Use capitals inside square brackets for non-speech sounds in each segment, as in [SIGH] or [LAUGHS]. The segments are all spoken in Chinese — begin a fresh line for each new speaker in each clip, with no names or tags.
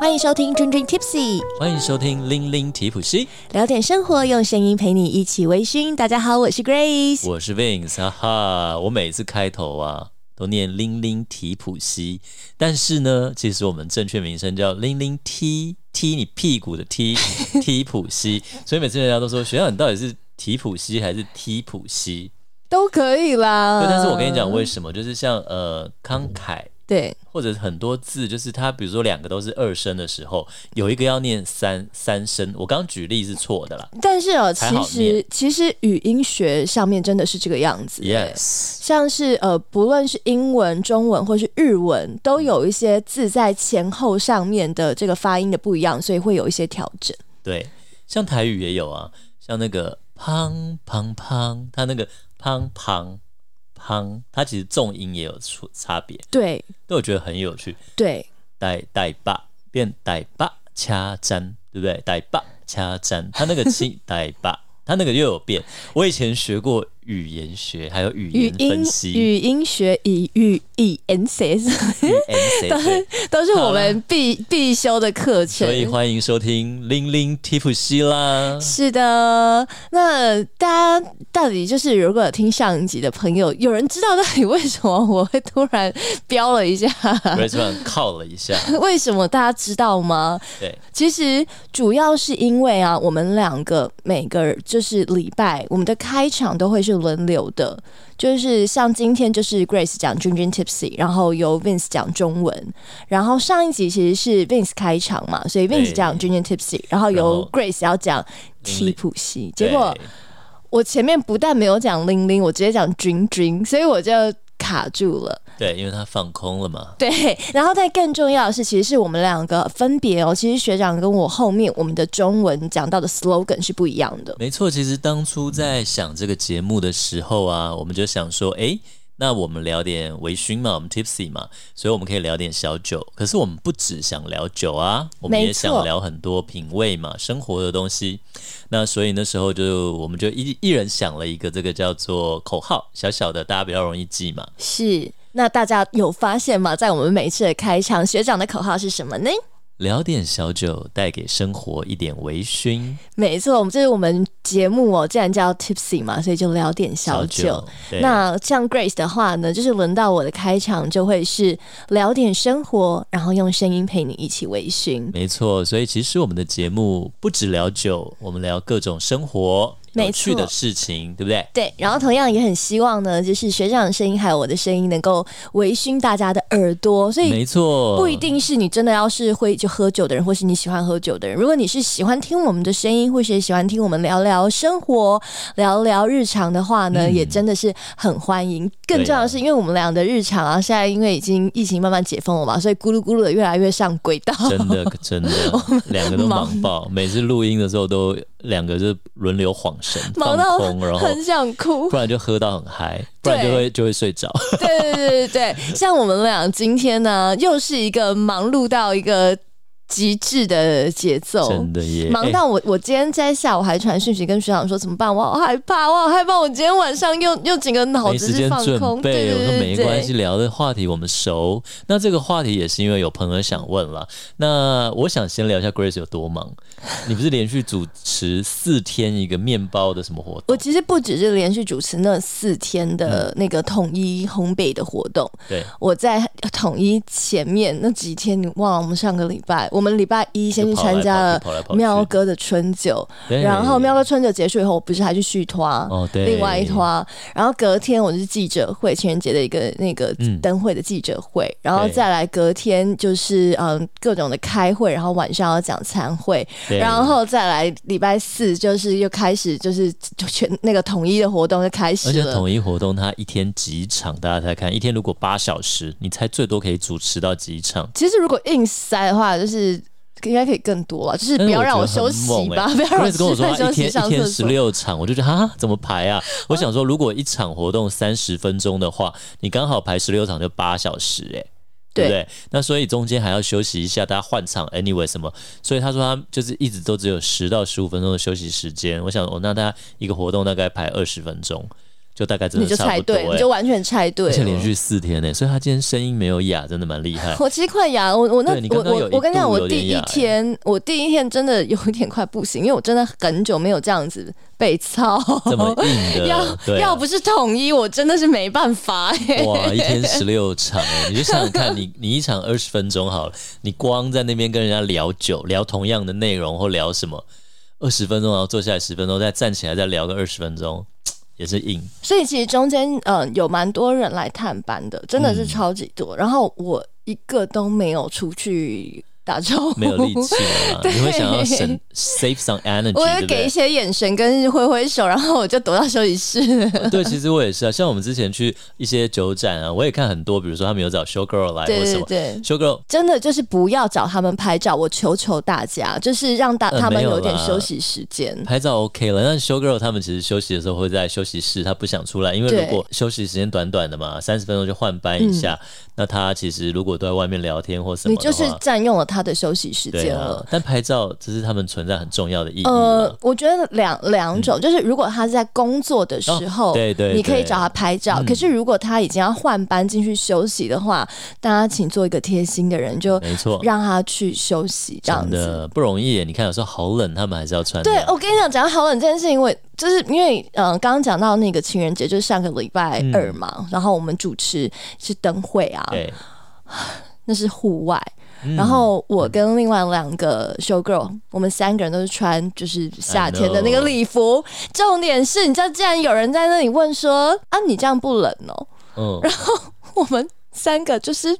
欢迎收听君君 Tipsy，
欢迎收听《零零提普西》，
聊点生活，用声音陪你一起微醺。大家好，我是 Grace。
我是 Vince，哈哈，我每次开头啊都念“零零提普西”，但是呢，其实我们正确名称叫“零零踢踢你屁股的踢踢普西”，所以每次人家都说学校你到底是提普西还是踢普西？
都可以啦
对，但是我跟你讲，为什么，就是像呃慷慨。
对
或者很多字，就是它，比如说两个都是二声的时候，有一个要念三三声。我刚举例是错的啦。
但是哦，
还
其
好
实
念
其实语音学上面真的是这个样子。
Yes，
像是呃，不论是英文、中文或是日文，都有一些字在前后上面的这个发音的不一样，所以会有一些调整。
对，像台语也有啊，像那个胖胖胖，它那个胖胖胖，它其实重音也有出差别，
对
但我觉得很有趣。
对，
带带把变带把掐粘，对不对？带把掐粘，它那个
[LAUGHS]
轻带把，它那个又有变。我以前学过语言学，还有语
语
言
音
分析，
语音学以语以 N C S
语言
[LAUGHS]
谁谁。
都是我们必必修的课程
所。以欢迎收听《零零提普西》
[LAUGHS]
啦。
是的，那大家到底就是如果有听上一集的朋友，有人知道到底为什么我会突然飙了一下？ [LAUGHS]
Restaurant 靠了一下，
为什么大家知道吗？
对，
其实主要是因为啊，我们两个每个就是礼拜，我们的开场都会是轮流的，就是像今天就是 Grace 讲君君 Tipsy，然后由 Vince 讲中文，然后上一集其实是 Vince 开场嘛，所以 Vince
对
讲君君 Tipsy，然后由
然后
Grace 要讲提普西，结果
对
我前面不但没有讲玲玲，我直接讲君君，所以我就卡住了。
对，因为他放空了嘛，
对， [LAUGHS] 然后但更重要的是，其实是我们两个分别哦。其实学长跟我后面我们的中文讲到的 slogan 是不一样的。
没错。其实当
嗯
初在想这个节目的时候啊，我们就想说，诶，那我们聊点微醺嘛，我们 tipsy 嘛，所以我们可以聊点小酒。可是我们不只想聊酒啊，我们
没
也
错
想聊很多品味嘛，生活的东西。那所以那时候就我们就一一人想了一个这个叫做口号，小小的，大家比较容易记嘛。
是，那大家有发现吗？在我们每次的开场，学长的口号是什么呢？
聊点小酒，带给生活一点微醺。
没错，我们这是我们节目哦，既然叫 Tipsy 嘛，所以就聊点小酒。
对
那像 Grace 的话呢，就是轮到我的开场就会是聊点生活，然后用声音陪你一起微醺。
没错，所以其实我们的节目不只聊酒，我们聊各种生活
没
有趣
错
的事情，对不对？
对，然后同样也很希望呢，就是学长的声音还有我的声音能够微醺大家的耳朵，所以
没错，
不一。定是你真的要是会就喝酒的人，或是你喜欢喝酒的人。如果你是喜欢听我们的声音，或是也喜欢听我们聊聊生活、聊聊日常的话呢，
嗯
也真的是很欢迎。更
对啊
重要的是，因为我们俩的日常啊，现在因为已经疫情慢慢解封了嘛，所以咕噜咕噜的越来越上轨道。
真的， [LAUGHS] 真的，两个都忙爆。每次录音的时候都两个就轮流晃神、
忙
放
到
空，然后
[LAUGHS] 很想哭
不，然就喝到很嗨，不然
对
就会就会睡着。
对对对对对，像我们俩今天呢，又是一个忙碌到一个极致的节奏
真。的耶，
哦忙
哎
到我，我今天在下午还传讯息跟学长说怎么办，我好害怕，我好害怕，我今天晚上又又整个脑
没
子
时
哦是
间
放
准
空。对
备，我说
对对
没关系，
对，
聊的话题我们熟。那这个话题也是因为有朋友想问了。那我想先聊一下 Grace 有多忙。你不是连续主持四天一个面包的什么活
我
动？
其实不只是连续主持那四天的那个统一烘焙的活动，
对，
我在统一前面那几天，你忘了我们上个礼拜，我们礼拜一先去
就跑来
参加了
跑去跑来跑去
喵哥的春酒，
对
然后喵哥春酒结束以后，我不是还去续拖、
哎哦对
另外一拖，然后隔天我是记者会，情人节的一个那个
嗯
灯会的记者会，然后再来隔天就是嗯各种的开会，然后晚上要讲餐会，
对
然后再来礼拜四就是又开始就是就全那个统一的活动就开
而
始
且
了。
统一活动它一天几场，大家猜看，一天如果八小时，你猜最多可以主持到几场？
其实如果硬塞的话，就是。应该可以更多了，就是
但
不
是
要让我
我觉得很
休息
猛
吧，[LAUGHS]
欸
不要让
Grace
我
跟我
吃
说
饭
他
休
一天
息上
一天
厕
十
所。嗯
六场，我就觉得哈怎么排啊？我想说，如果一场活动三十分钟的话，你刚好排十六场就八小时、欸，对
对
不对？那所以中间还要休息一下，大家换场，anyway 什么？所以他说他就是一直都只有十到十五分钟的休息时间。我想，哦，那他一个活动大概排二十分钟，就大概真
你
的
就
差
猜
不多、
对，你就
欸。
完全猜对
而且
了。
连续四天呢、欸所以他今天声音没有哑，真的蛮厉
[LAUGHS]
害。
我其实快哑了，我我那
对你
我
刚刚有
我我跟你
一
讲，
度
我
有
第
点
一
哑哎
天我第一天真的有一点快不行，因为我真的很久没有这样子被操，
这么硬的，
[LAUGHS] 要
对啊、
要不是统一，我真的是没办法哎、 [LAUGHS]
哇，一天十六场哎，你就想想看，你你一场二十分钟好了，你光在那边跟人家聊酒，聊同样的内容或聊什么，二十分钟，然后坐下来十分钟，再站起来再聊个二十分钟，也是硬。
所以其实中间呃有蛮多人来探班的，真
嗯
的是超级多。然后我一个都没有出去打招呼，
没
[LAUGHS]
有力气了嘛，
对
你会想要省 save some energy，
我
对
会
不
给一
对？
些眼神跟挥挥手，然后我就躲到休息室。
对，其实我也是啊，像我们之前去一些酒展啊，我也看很多，比如说他们有找 show girl 来或
对
者什
对
么
对。
show girl，
真的就是不要找他们拍照，我求求大家，就是让大、
呃
他们
没有
有点
啦
休息时间。
拍照 OK 了，但是 show girl 他们其实休息的时候会在休息室，他不想出来，因为
对
如果休息时间短短的嘛，三十分钟就换班一下，那他其实如果都在外面聊天或什
嗯你
么的
就是
话，
占用了他的休息时
对
间了。
啊，但拍照这是他们存在很重要的意义
呃
嘛。，嗯
我觉得两两种，就是如果他是在工作的时候，
哦对对嗯
你可以
对
找他拍照。可是如果他已经要换班进去休息的话，大家请做一个贴心的人，就
没错，
让他去休息，这样
真
子。
的不容易耶。你看有时候好冷，他们还是要穿的。
对，哦我跟你讲，讲到好冷这件事情，我就是因为嗯，呃刚刚讲到那个情人节，就是上个礼拜二嘛，然后我们主持是灯会啊，
嗯对，
那是户外。
嗯
然后我跟另外两个 show girl，、我们三个人都是穿就是夏天的那个礼服。重点是，你知道，竟然有人在那里问说：“啊，你这样不冷哦
嗯？”
我们三个就是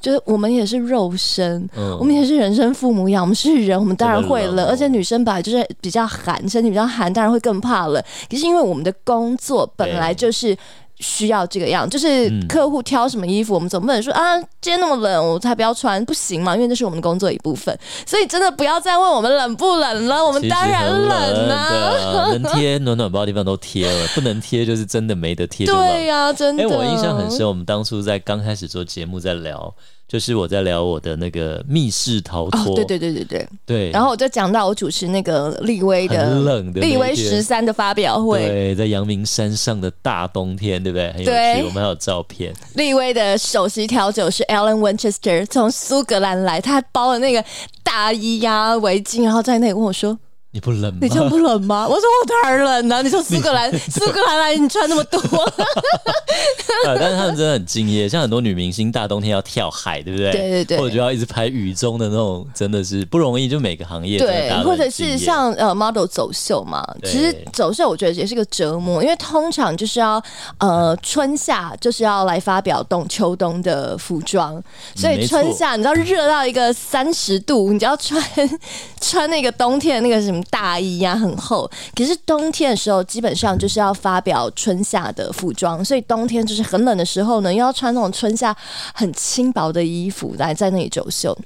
就是我们也是肉身。
嗯，
我们也是人生父母养，我们是人，我们当然会
真
冷，
的冷哦
而且女生本来就是比较寒，身体比较寒，当然会更怕冷。可是因为我们的工作本来就是需要这个样，就是
嗯
客户挑什么衣服，我们总不能说啊，今天那么冷，我才不要穿，不行嘛，因为这是我们的工作一部分。所以真的不要再问我们冷不冷了，我们
其实
当然
很
冷
冷
啊，
的，能贴暖暖包的地方都贴了，不能贴就是真的没得贴
[LAUGHS]
就冷
对。呀、真的。哦
哎、我印象很深，我们当初在刚开始做节目在聊，就是我在聊我的那个密室逃脱、
哦，对对对对对，
对
然后我就讲到我主持那个立威
很
的
冷的那一
立威
天
十三的发表会，
对，在阳明山上的大冬天，对不对？很有
对
趣，我们还有照片，
立威的首席调酒师 Alan Winchester 从苏格兰来，他还包了那个大衣呀、围巾，然后在那里问我说
你不冷：“吗
你？这样不冷吗？”我说：“我当然冷了、你从苏格兰， [LAUGHS] 苏格兰来，你穿那么多，
[LAUGHS] 啊但是他们真的很敬业，像很多女明星大冬天要跳海，对不对？
对对对
或者就要一直拍雨中的那种，真的是不容易，就每个行业真的
对
大家，
或
都很
者
敬
是
业
像呃 model 走秀嘛。
对
其实走秀我觉得也是个折磨，因为通常就是要呃春夏就是要来发表冬秋冬的服装，所以
嗯没错
春夏你知道热到一个三十度，你就要穿 [LAUGHS] 穿那个冬天的那个什么大衣啊，很厚。可是冬天的时候，基本上就是要发表春夏的服装，所以冬天就是很冷的时候呢，又要穿那种春夏很轻薄的衣服来在那里走秀，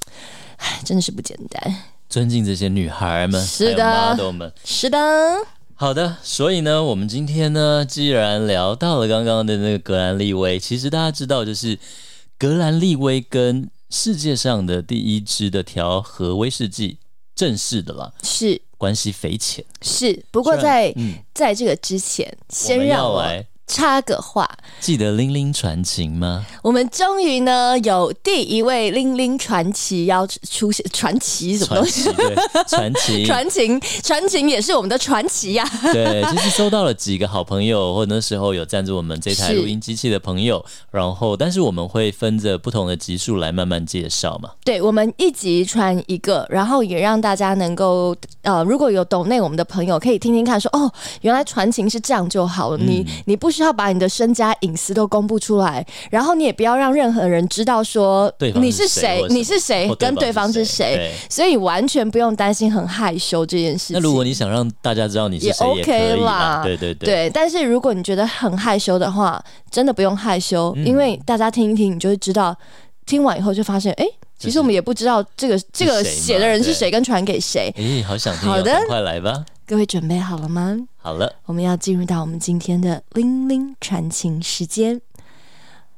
唉，真的是不简单。
尊敬这些女孩们，
是的
还有 model 们。
是的，
好的，所以呢，我们今天呢，既然聊到了刚刚的那个格兰利威，其实大家知道，就是格兰利威跟世界上的第一支的调和威士忌正式的啦，
是
关系匪浅。
是。不过
虽然
在
嗯，
在这个之前，先
们
让
要
我
来
插个话，
记得零零传情吗？
我们终于呢有第一位零零传奇要出现，传奇什么
传
东西？
奇对，传
[LAUGHS]
奇
传情，传情也是我们的传奇呀、
对，其实收到了几个好朋友，或者那时候有赞助我们这台
是
录音机器的朋友，然后但是我们会分着不同的集数来慢慢介绍嘛。
对，我们一集传一个，然后也让大家能够呃，如果有懂内我们的朋友，可以听听看说，哦，原来传情是这样就好
嗯
了。你你不需要把你的身家隐私都公布出来，然后你也不要让任何人知道说
对方
你
是谁
谁
或，什么
你是谁
或，
跟
对
对
方
方
是
是
谁
谁，所以完全不用担心很害羞这件事情。
那如果你想让大家知道你是谁，
也
也可以
OK
啦。
啦
对对对，
对，但是如果你觉得很害羞的话，真的不用害羞，
嗯
因为大家听一听，你就会知道。听完以后就发现，哎、其
是
实我们也不知道这个这个
是谁嘛
写的人是
对
谁，跟传给谁。
诶，好想听、哦，
好的
赶快来吧。
各位准备好了吗？
好了，
我们要进入到我们今天的“铃铃传情”时间。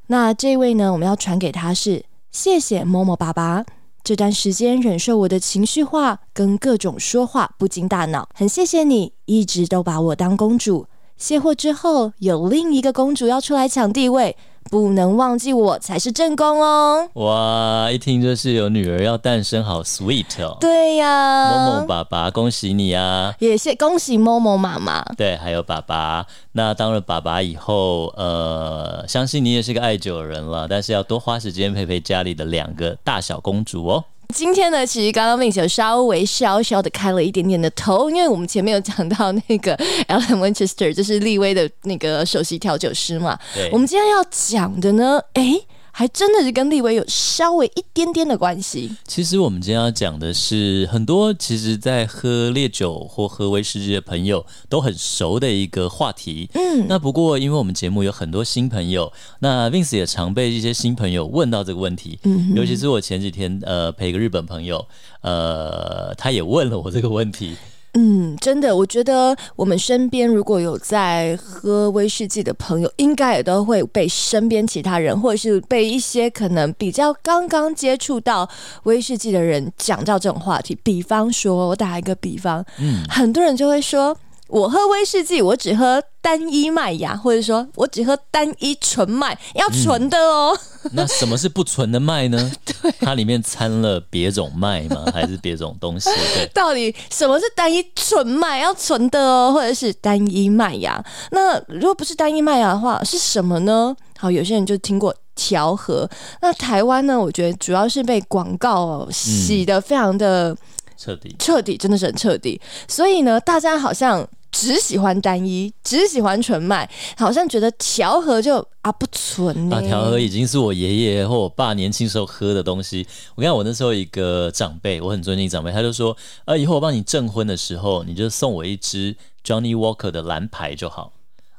那这位呢，我们要传给他是谢谢某某爸爸。这段时间忍受我的情绪化跟各种说话不经大脑，很谢谢你一直都把我当公主，卸货之后，有另一个公主要出来抢地位，不能忘记我才是正宫哦。
哇，一听就是有女儿要诞生，好 sweet 哦。
对啊呀、
某某爸爸，恭喜你啊！
也谢恭喜某某妈妈。
对，还有爸爸。那当了爸爸以后，呃，相信你也是个爱酒人了，但是要多花时间陪陪家里的两个大小公主哦。
今天呢，其实刚刚 Vince 有稍微小小的开了一点点的头，因为我们前面有讲到那个 [LAUGHS] Alan Winchester，就是利威的那个首席调酒师嘛。
对，
我们今天要讲的呢，诶，还真的是跟利威有稍微一点点的关系。
其实我们今天要讲的是很多其实在喝烈酒或喝威士忌的朋友都很熟的一个话题。嗯，那不过因为我们节目有很多新朋友，那 Vince 也常被一些新朋友问到这个问题。嗯，尤其是我前几天呃陪一个日本朋友，呃，他也问了我这个问 [LAUGHS] 题。
嗯，真的，我觉得我们身边如果有在喝威士忌的朋友，应该也都会被身边其他人，或者是被一些可能比较刚刚接触到威士忌的人讲到这种话题。比方说，我打一个比方，
嗯
很多人就会说。我喝威士忌，我只喝单一麦芽，或者说我只喝单一纯麦，要纯的哦。
那什么是不纯的麦 [LAUGHS] 呢？它里面掺了别种麦吗？还是别种东西？对，
到底什么是单一纯麦？要纯的哦，或者是单一麦芽？那如果不是单一麦芽的话，是什么呢？好，有些人就听过调和。那台湾呢？我觉得主要是被广告洗得非常的
彻底。
彻底，真的是很彻底。所以呢，大家好像。只喜欢单一，只喜欢纯麦，好像觉得调和就啊不纯呢、
啊，调和已经是我爷爷或我爸年轻时候喝的东西。我看我那时候一个长辈，我很尊敬长辈，他就说，呃，以后我帮你证婚的时候，你就送我一支 Johnny Walker 的蓝牌就好，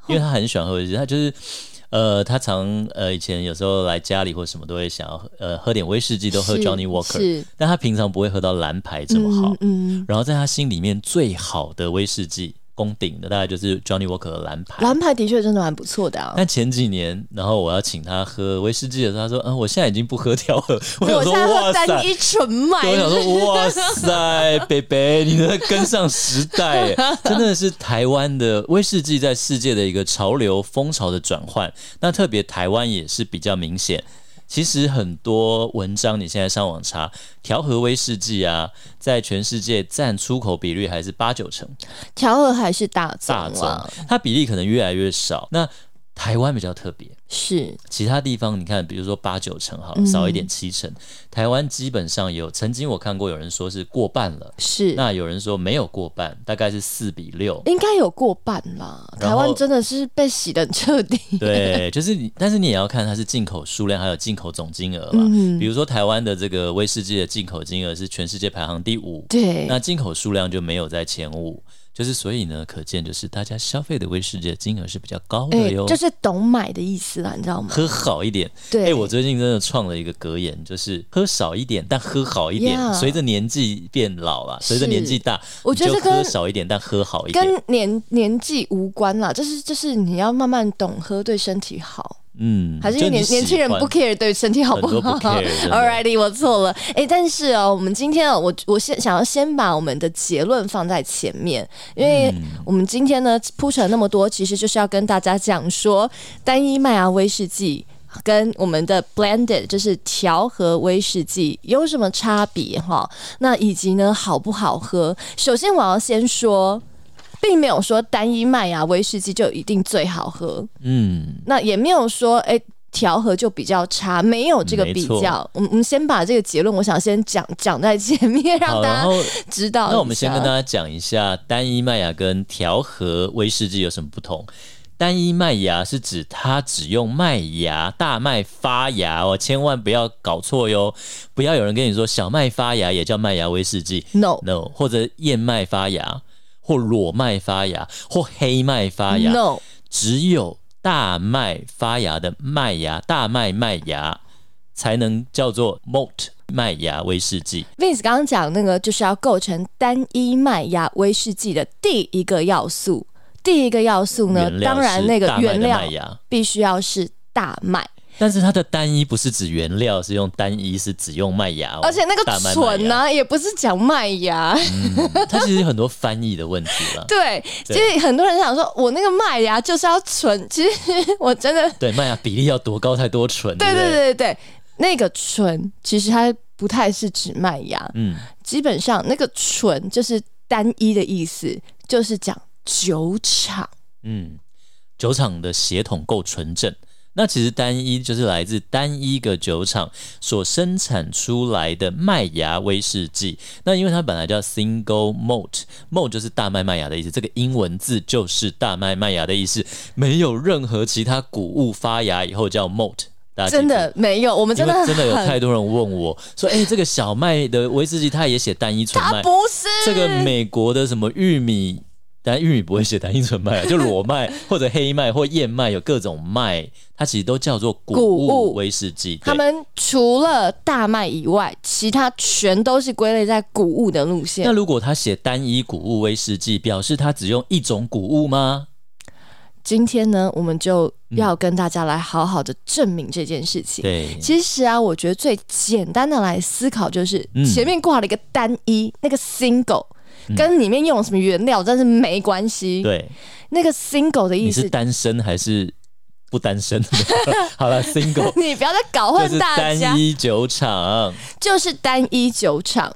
因为他很喜欢喝威士忌，他就是。呃，他常呃以前有时候来家里或什么都会想要喝呃喝点威士忌，都喝
是
Johnny Walker，
是
但他平常不会喝到蓝牌这么好。
嗯，嗯
然后在他心里面最好的威士忌攻顶的大概就是 Johnny Walker 的蓝牌。
蓝牌的确真的蛮不错的啊。
但前几年，然后我要请他喝威士忌的时候，他说：“嗯，我现在已经不喝
[LAUGHS]
调和。”我想
我现
说：“
在喝
哇
单
塞！”
一纯麦，
对我想说：“哇塞，北北，你能跟上
[LAUGHS]
时代耶，真的是台湾的威士忌在世界的一个潮流风潮的转换。那特别台湾也是比较明显。”其实很多文章，你现在上网查，调和威士忌啊，在全世界占出口比率还是八九成。
调和还是大宗
大
啊，
宗，它比例可能越来越少。那台湾比较特别，
是
其他地方你看，比如说八九成
嗯
好了，少一点七成。台湾基本上有，曾经我看过有人说是过半了，
是，
那有人说没有过半，大概是四比六。
应该有过半啦。
然
台
后
湾真的是被洗的彻底，
[LAUGHS] 对，就是你，但是你也要看它是进口数量，还有进口总金额嘛。
嗯
比如说台湾的这个威士忌的进口金额是全世界排行第五，
对，
那进口数量就没有在前五，就是所以呢，可见就是大家消费的威士忌的金额是比较高的
哎
哟。
就是懂买的意思啦，你知道吗？
喝好一点。
对，
哎、我最近真的创了一个格言，就是喝少一点，但喝好一点。
Yeah
随着年纪变老了，随着
是
年纪大，
我
你
觉得
就
这跟
喝少一点，但喝好一点。
跟年年纪无关啦，就是就是你要慢慢懂喝对身体好，
嗯，
还是因
就
为
你
年
喜
年轻人
欢
不 care 对身体好
很多不
好
care，真的
[LAUGHS] ？Alrighty，我错了。哎、但是哦，我们今天哦，我我先想要先把我们的结论放在前面，因为
嗯
我们今天呢铺陈那么多，其实就是要跟大家讲说，单一麦芽威士忌。跟我们的 blended 就是调和威士忌有什么差别哈？那以及呢好不好喝？首先我要先说，并没有说单一麦芽威士忌就一定最好喝，
嗯，
那也没有说哎。诶调和就比较差，没有这个比
没
较。我们我们先把这个结论，我想先讲讲在前面，让
好，
大
然
家
后
知道一下。
那我们先跟大家讲一下单一麦芽跟调和威士忌有什么不同。单一麦芽是指它只用麦芽、大麦发芽哦，千万不要搞错哟！不要有人跟你说小麦发芽也叫麦芽威士忌，
no
no，或者燕麦发芽，或裸麦发芽，或黑麦发芽
no
只有大麦发芽的麦芽，大麦麦芽才能叫做 malt 麦芽威士忌。
Vince 刚刚讲那个就是要构成单一麦芽威士忌的第一个要素。第一个要素呢
原，料
当然
是
那个
大麦
原
的
料
麦芽，
必须要是大麦。
但是它的单一不是指原料，是用单一是只用麦芽哦，
而且那个
大
啊
麦麦
醇
芽
呢、也不是讲麦芽，。
嗯它其实有很多翻译的问题啦
[LAUGHS] 对，其实很多人想说，我那个麦芽就是要纯，其实我真的，
对，麦芽比例要多高才多纯，
对
不
对
对
对对对，那个纯其实它不太是指麦芽，
嗯，
基本上那个纯就是单一的意思，就是讲酒厂。
嗯，酒厂的血统够纯正。那其实单一就是来自单一个酒厂所生产出来的麦芽威士忌。那因为它本来叫 single malt，malt 就是大麦麦芽的意思，这个英文字就是大麦麦芽的意思，没有任何其他谷物发芽以后叫 malt。大家记
真
住
的没有，我们
啊
真
因为
的
真的有
很，
太多人问我说：“哎、这个小麦的威士忌，它也写单一纯
它，
麦
不是
这个美国的什么玉米，但玉米不会写单一
[LAUGHS]
纯麦啊，就裸麦或者黑麦或燕麦，有各种麦，它其实都叫做谷
谷
物
物
威士忌。
他
对，
们除了大麦以外，其他全都是归类在谷物的路
那
线。
如果他写单一谷物威士忌，表示他只用一种谷物吗？
今天呢，我们就要跟大家来好好的证明这件事情。
嗯对，
其实啊，我觉得最简单的来思考就是，
嗯
前面挂了一个单一，那个 single，跟里面用了什么原料真是没关系。
对，
那个 single 的意
你
思
是单身还是不单身？好了，single
[LAUGHS] [LAUGHS] 你不要再搞
就
混
是
大家
单，一酒厂。
就是单一酒厂。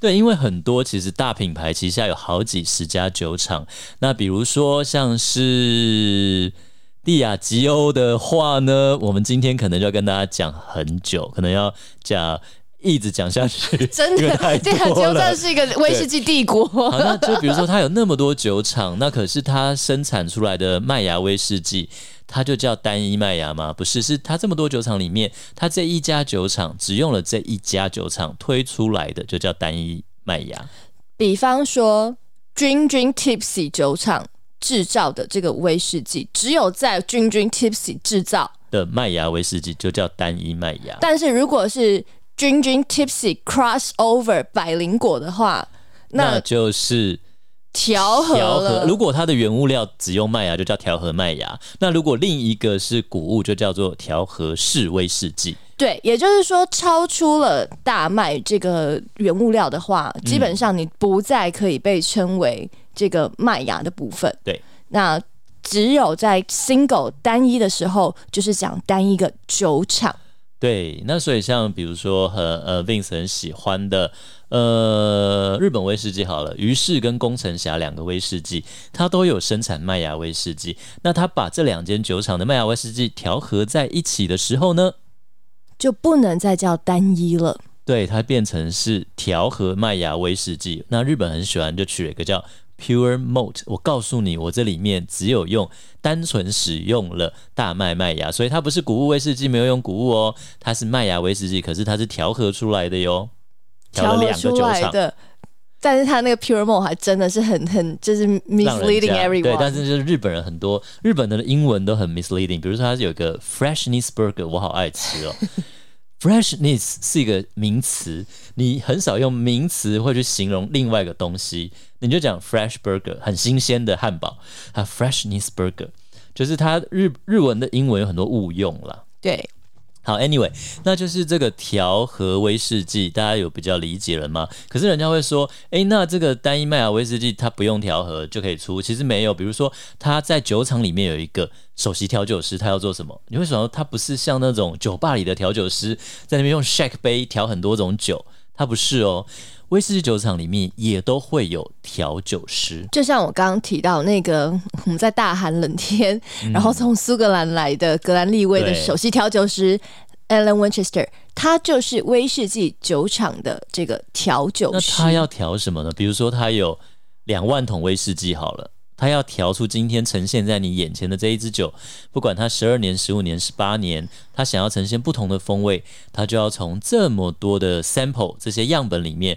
对，因为很多其实大品牌旗下有好几十家酒厂，那比如说像是蒂亚吉欧的话呢，我们今天可能就要跟大家讲很久，可能要讲一直讲下去，
[LAUGHS] 真
因为
的，
太
这个
多
真
了
的。是一个威士忌帝国。
好，那就比如说，它有那么多酒厂，那可是它生产出来的麦芽威士忌，它就叫单一麦芽吗？不是，是它这么多酒厂里面，它这一家酒厂只用了这一家酒厂推出来的，就叫单一麦芽。
比方说君君 Tipsy 酒厂制造的这个威士忌，只有在君君 Tipsy 制造，
的麦芽威士忌就叫单一麦芽。
但是如果是君君 Tipsy crossover 百灵果的话，
那
那
就是
调和
调和。
了。
如果它的原物料只用麦芽，就叫调和麦芽。那如果另一个是谷物，就叫做调和式威士忌。
对，也就是说超出了大麦这个原物料的话，
嗯
基本上你不再可以被称为这个麦芽的部分。
对，
那只有在 single 单一的时候，就是讲单一个酒厂。
对，那所以像比如说和呃 Vince 很喜欢的呃日本威士忌好了，于是跟宫城峡两个威士忌，它都有生产麦芽威士忌。那他把这两间酒厂的麦芽威士忌调和在一起的时候呢，
就不能再叫单一了。
对，它变成是调和麦芽威士忌。那日本很喜欢，就取了一个叫 Pure Malt。我告诉你，我这里面只有用单纯使用了大麦麦芽，所以它不是谷物威士忌，没有用谷物哦，它是麦芽威士忌，可是它是调和出来的哟。调
调
了
和
两个
出
酒
来
厂，
的。但是他那个 pure mo 还真的是很很就是 misleading
对，但
everyone。
是就是日本人很多，日本的英文都很 misleading。比如说，它有一个 freshness burger，我好爱吃哦。freshness 是一个名词，你很少用名词会去形容另外一个东西，你就讲 fresh burger，很新鲜的汉堡，啊 freshness burger，就是它日日文的英文有很多误用啦。
对，
好，Anyway，那就是这个调和威士忌，大家有比较理解了吗？可是人家会说，诶，那这个单一麦芽威士忌它不用调和就可以出，其实没有。比如说，它在酒厂里面有一个首席调酒师，他要做什么？你会想到他不是像那种酒吧里的调酒师在那边用 shake 杯调很多种酒，他不是哦。威士忌酒厂里面也都会有调酒师，
就像我刚刚提到那个， [LAUGHS] 我们在大寒冷天，然后从苏格兰来的格兰利威的
嗯对
首席调酒师 Alan Winchester，他就是威士忌酒厂的这个调酒
那
师。
他要调什么呢？比如说，他有两万桶威士忌好了，他要调出今天呈现在你眼前的这一支酒，不管它十二年、十五年、十八年，他想要呈现不同的风味，他就要从这么多的 sample 这些样本里面。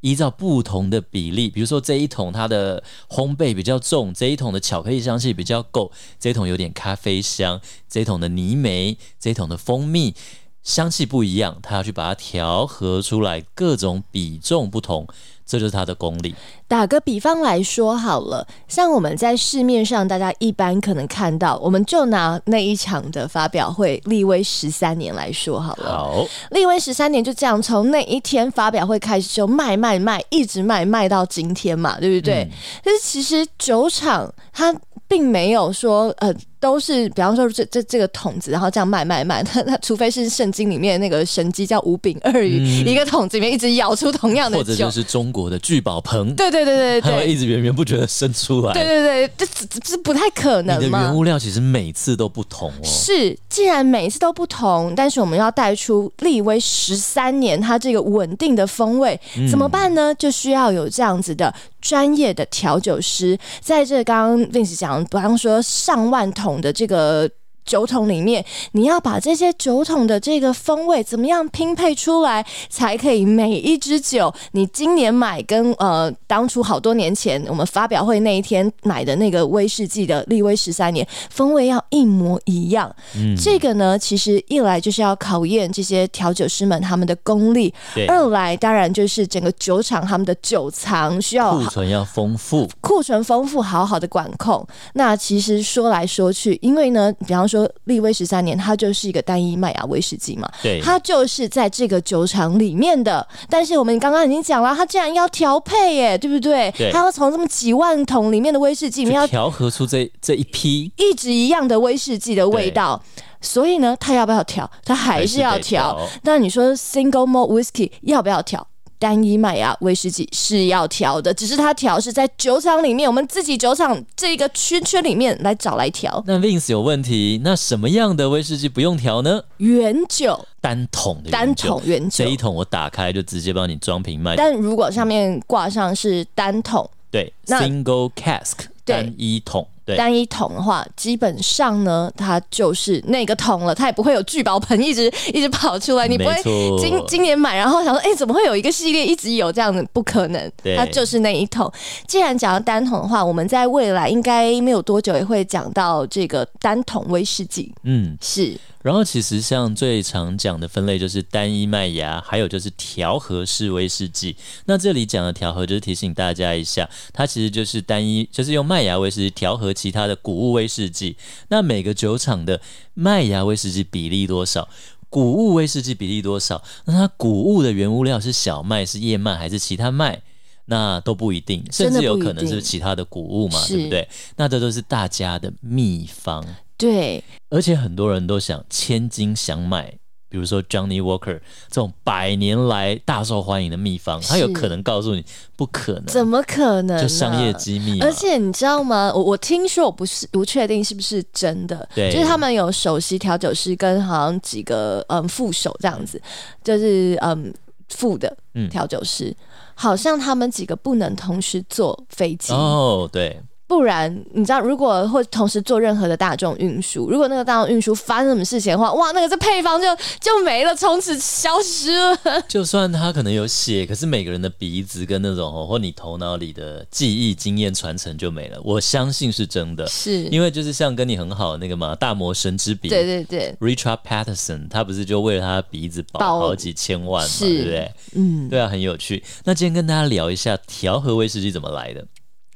依照不同的比例，比如说这一桶它的烘焙比较重，这一桶的巧克力香气比较够，这一桶有点咖啡香，这一桶的泥煤，这一桶的蜂蜜，香气不一样，他要去把它调和出来，各种比重不同，这就是他的功力。
打个比方来说好了，像我们在市面上大家一般可能看到，我们就拿那一场的发表会立威十三年来说好了。
好，
立威十三年就这样，从那一天发表会开始就卖卖卖，一直卖卖到今天嘛，对不对？但是其实酒厂它并没有说呃。都是，比方说这这这个桶子，然后这样卖卖卖，那那除非是圣经里面那个神机叫五饼二鱼，一个桶子里面一直舀出同样的
或者
酒
就，是中国的聚宝盆，
对对对对
它会
对
一直源源不绝的生出来。
对对对，这这这这不太可
你的
能
原
嘛。
物料其实每次都不同哦。
是，既然每一次都不同，但是我们要带出立威十三年它这个稳定的风味，怎么办呢？就需要有这样子的专业的调酒师，在这刚刚 Vince 讲，比方说上万桶的这个。酒桶里面，你要把这些酒桶的这个风味怎么样拼配出来，才可以每一支酒，你今年买跟呃当初好多年前我们发表会那一天买的那个威士忌的利威十三年风味要一模一样。
嗯
这个呢，其实一来就是要考验这些调酒师们他们的功力，
对，
二来当然就是整个酒厂他们的酒藏需要
库
好
存要丰富，
库存丰富，好好的管控。那其实说来说去，因为呢，比方说利威十三年，它就是一个单一麦芽威士忌嘛，
对，
它就是在这个酒厂里面的。但是我们刚刚已经讲了，它竟然要调配耶，对不对？
对
它要从这么几万桶里面的威士忌里
就
面要
调和出这这一批，
一直一样的威士忌的味道。所以呢，它要不要调？它还是要调
还是得调。
那你说 single malt whisky 要不要调？单一麦芽威士忌是要调的，只是它调是在酒厂里面，我们自己酒厂这个圈圈里面来找来调
那 Vince 有问题，那什么样的威士忌不用调呢？
原酒，
单桶的
单
原酒
桶原
这一
酒。
桶我打开就直接帮你装瓶卖，
但如果上面挂上是单桶、
对
那
，single cask
对
单一桶，对，
单一桶的话，基本上呢，它就是那个桶了，它也不会有聚宝盆一直一直跑出来，你不会
没错，
今今年买，然后想说，哎、怎么会有一个系列一直有这样的？不可能，
对
它就是那一桶。既然讲到单桶的话，我们在未来应该没有多久也会讲到这个单桶威士忌，
嗯，
是
然后其实像最常讲的分类就是单一麦芽，还有就是调和式威士忌。那这里讲的调和，就是提醒大家一下，它其实就是单一，就是用麦芽威士忌调和其他的谷物威士忌。那每个酒厂的麦芽威士忌比例多少？谷物威士忌比例多少？那它谷物的原物料是小麦、是燕麦还是其他麦？那都不一定，
真
甚
的
至有
不一
可能是
定
其他的谷物嘛，
是
对不对？那这都是大家的秘方。
对，
而且很多人都想千金想买，比如说 Johnny Walker 这种百年来大受欢迎的秘方，
是
他有可能告诉你不可
怎
能，
么可能、啊
就商业。机密嘛
而。且你知道吗？我我听说，我不是不确定是不是真的，
对
就是他们有首席调酒师跟好像几个嗯副手这样子，就是嗯副的
嗯
调酒师，好像他们几个不能同时坐飞机，
哦，对，
不然，你知道，如果或同时做任何的大众运输，如果那个大众运输发生什么事情的话，哇，那个这配方就就没了，从此消失了。
就算他可能有写，可是每个人的鼻子跟那种哦或你头脑里的记忆经验传承就没了。我相信是真的，
是，
因为就是像跟你很好的那个嘛，大魔神之
[LAUGHS]
笔，
对对对，
Richard Patterson，他不是就为了他的鼻子
保
保好几千万嘛，
是
对不对？
嗯，
对啊，很有趣。那今天跟大家聊一下调和威士忌怎么来的，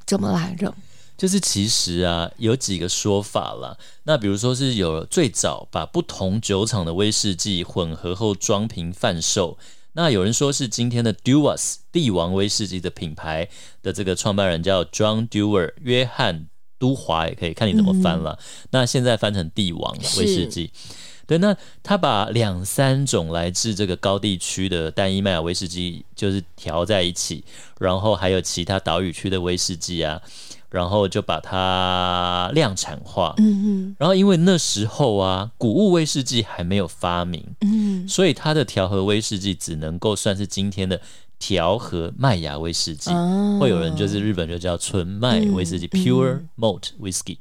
怎么来着？
就是其实啊有几个说法啦。那比如说是有最早把不同酒厂的威士忌混合后装瓶贩售。那有人说是今天的 Dewas 帝王威士忌的品牌的这个创办人叫 John Dewar 约翰都华，也可以看你怎么翻了。那现在翻成帝王了
是
威士忌。对，那他把两三种来自这个高地区的单一麦芽威士忌就是调在一起，然后还有其他岛屿区的威士忌啊，然后就把它量产化。
嗯
然后因为那时候啊，谷物威士忌还没有发明，
嗯嗯，
所以它的调和威士忌只能够算是今天的调和麦芽威士忌。
啊
会有人就是日本就叫纯麦威士忌、（pure
嗯
malt whisky）。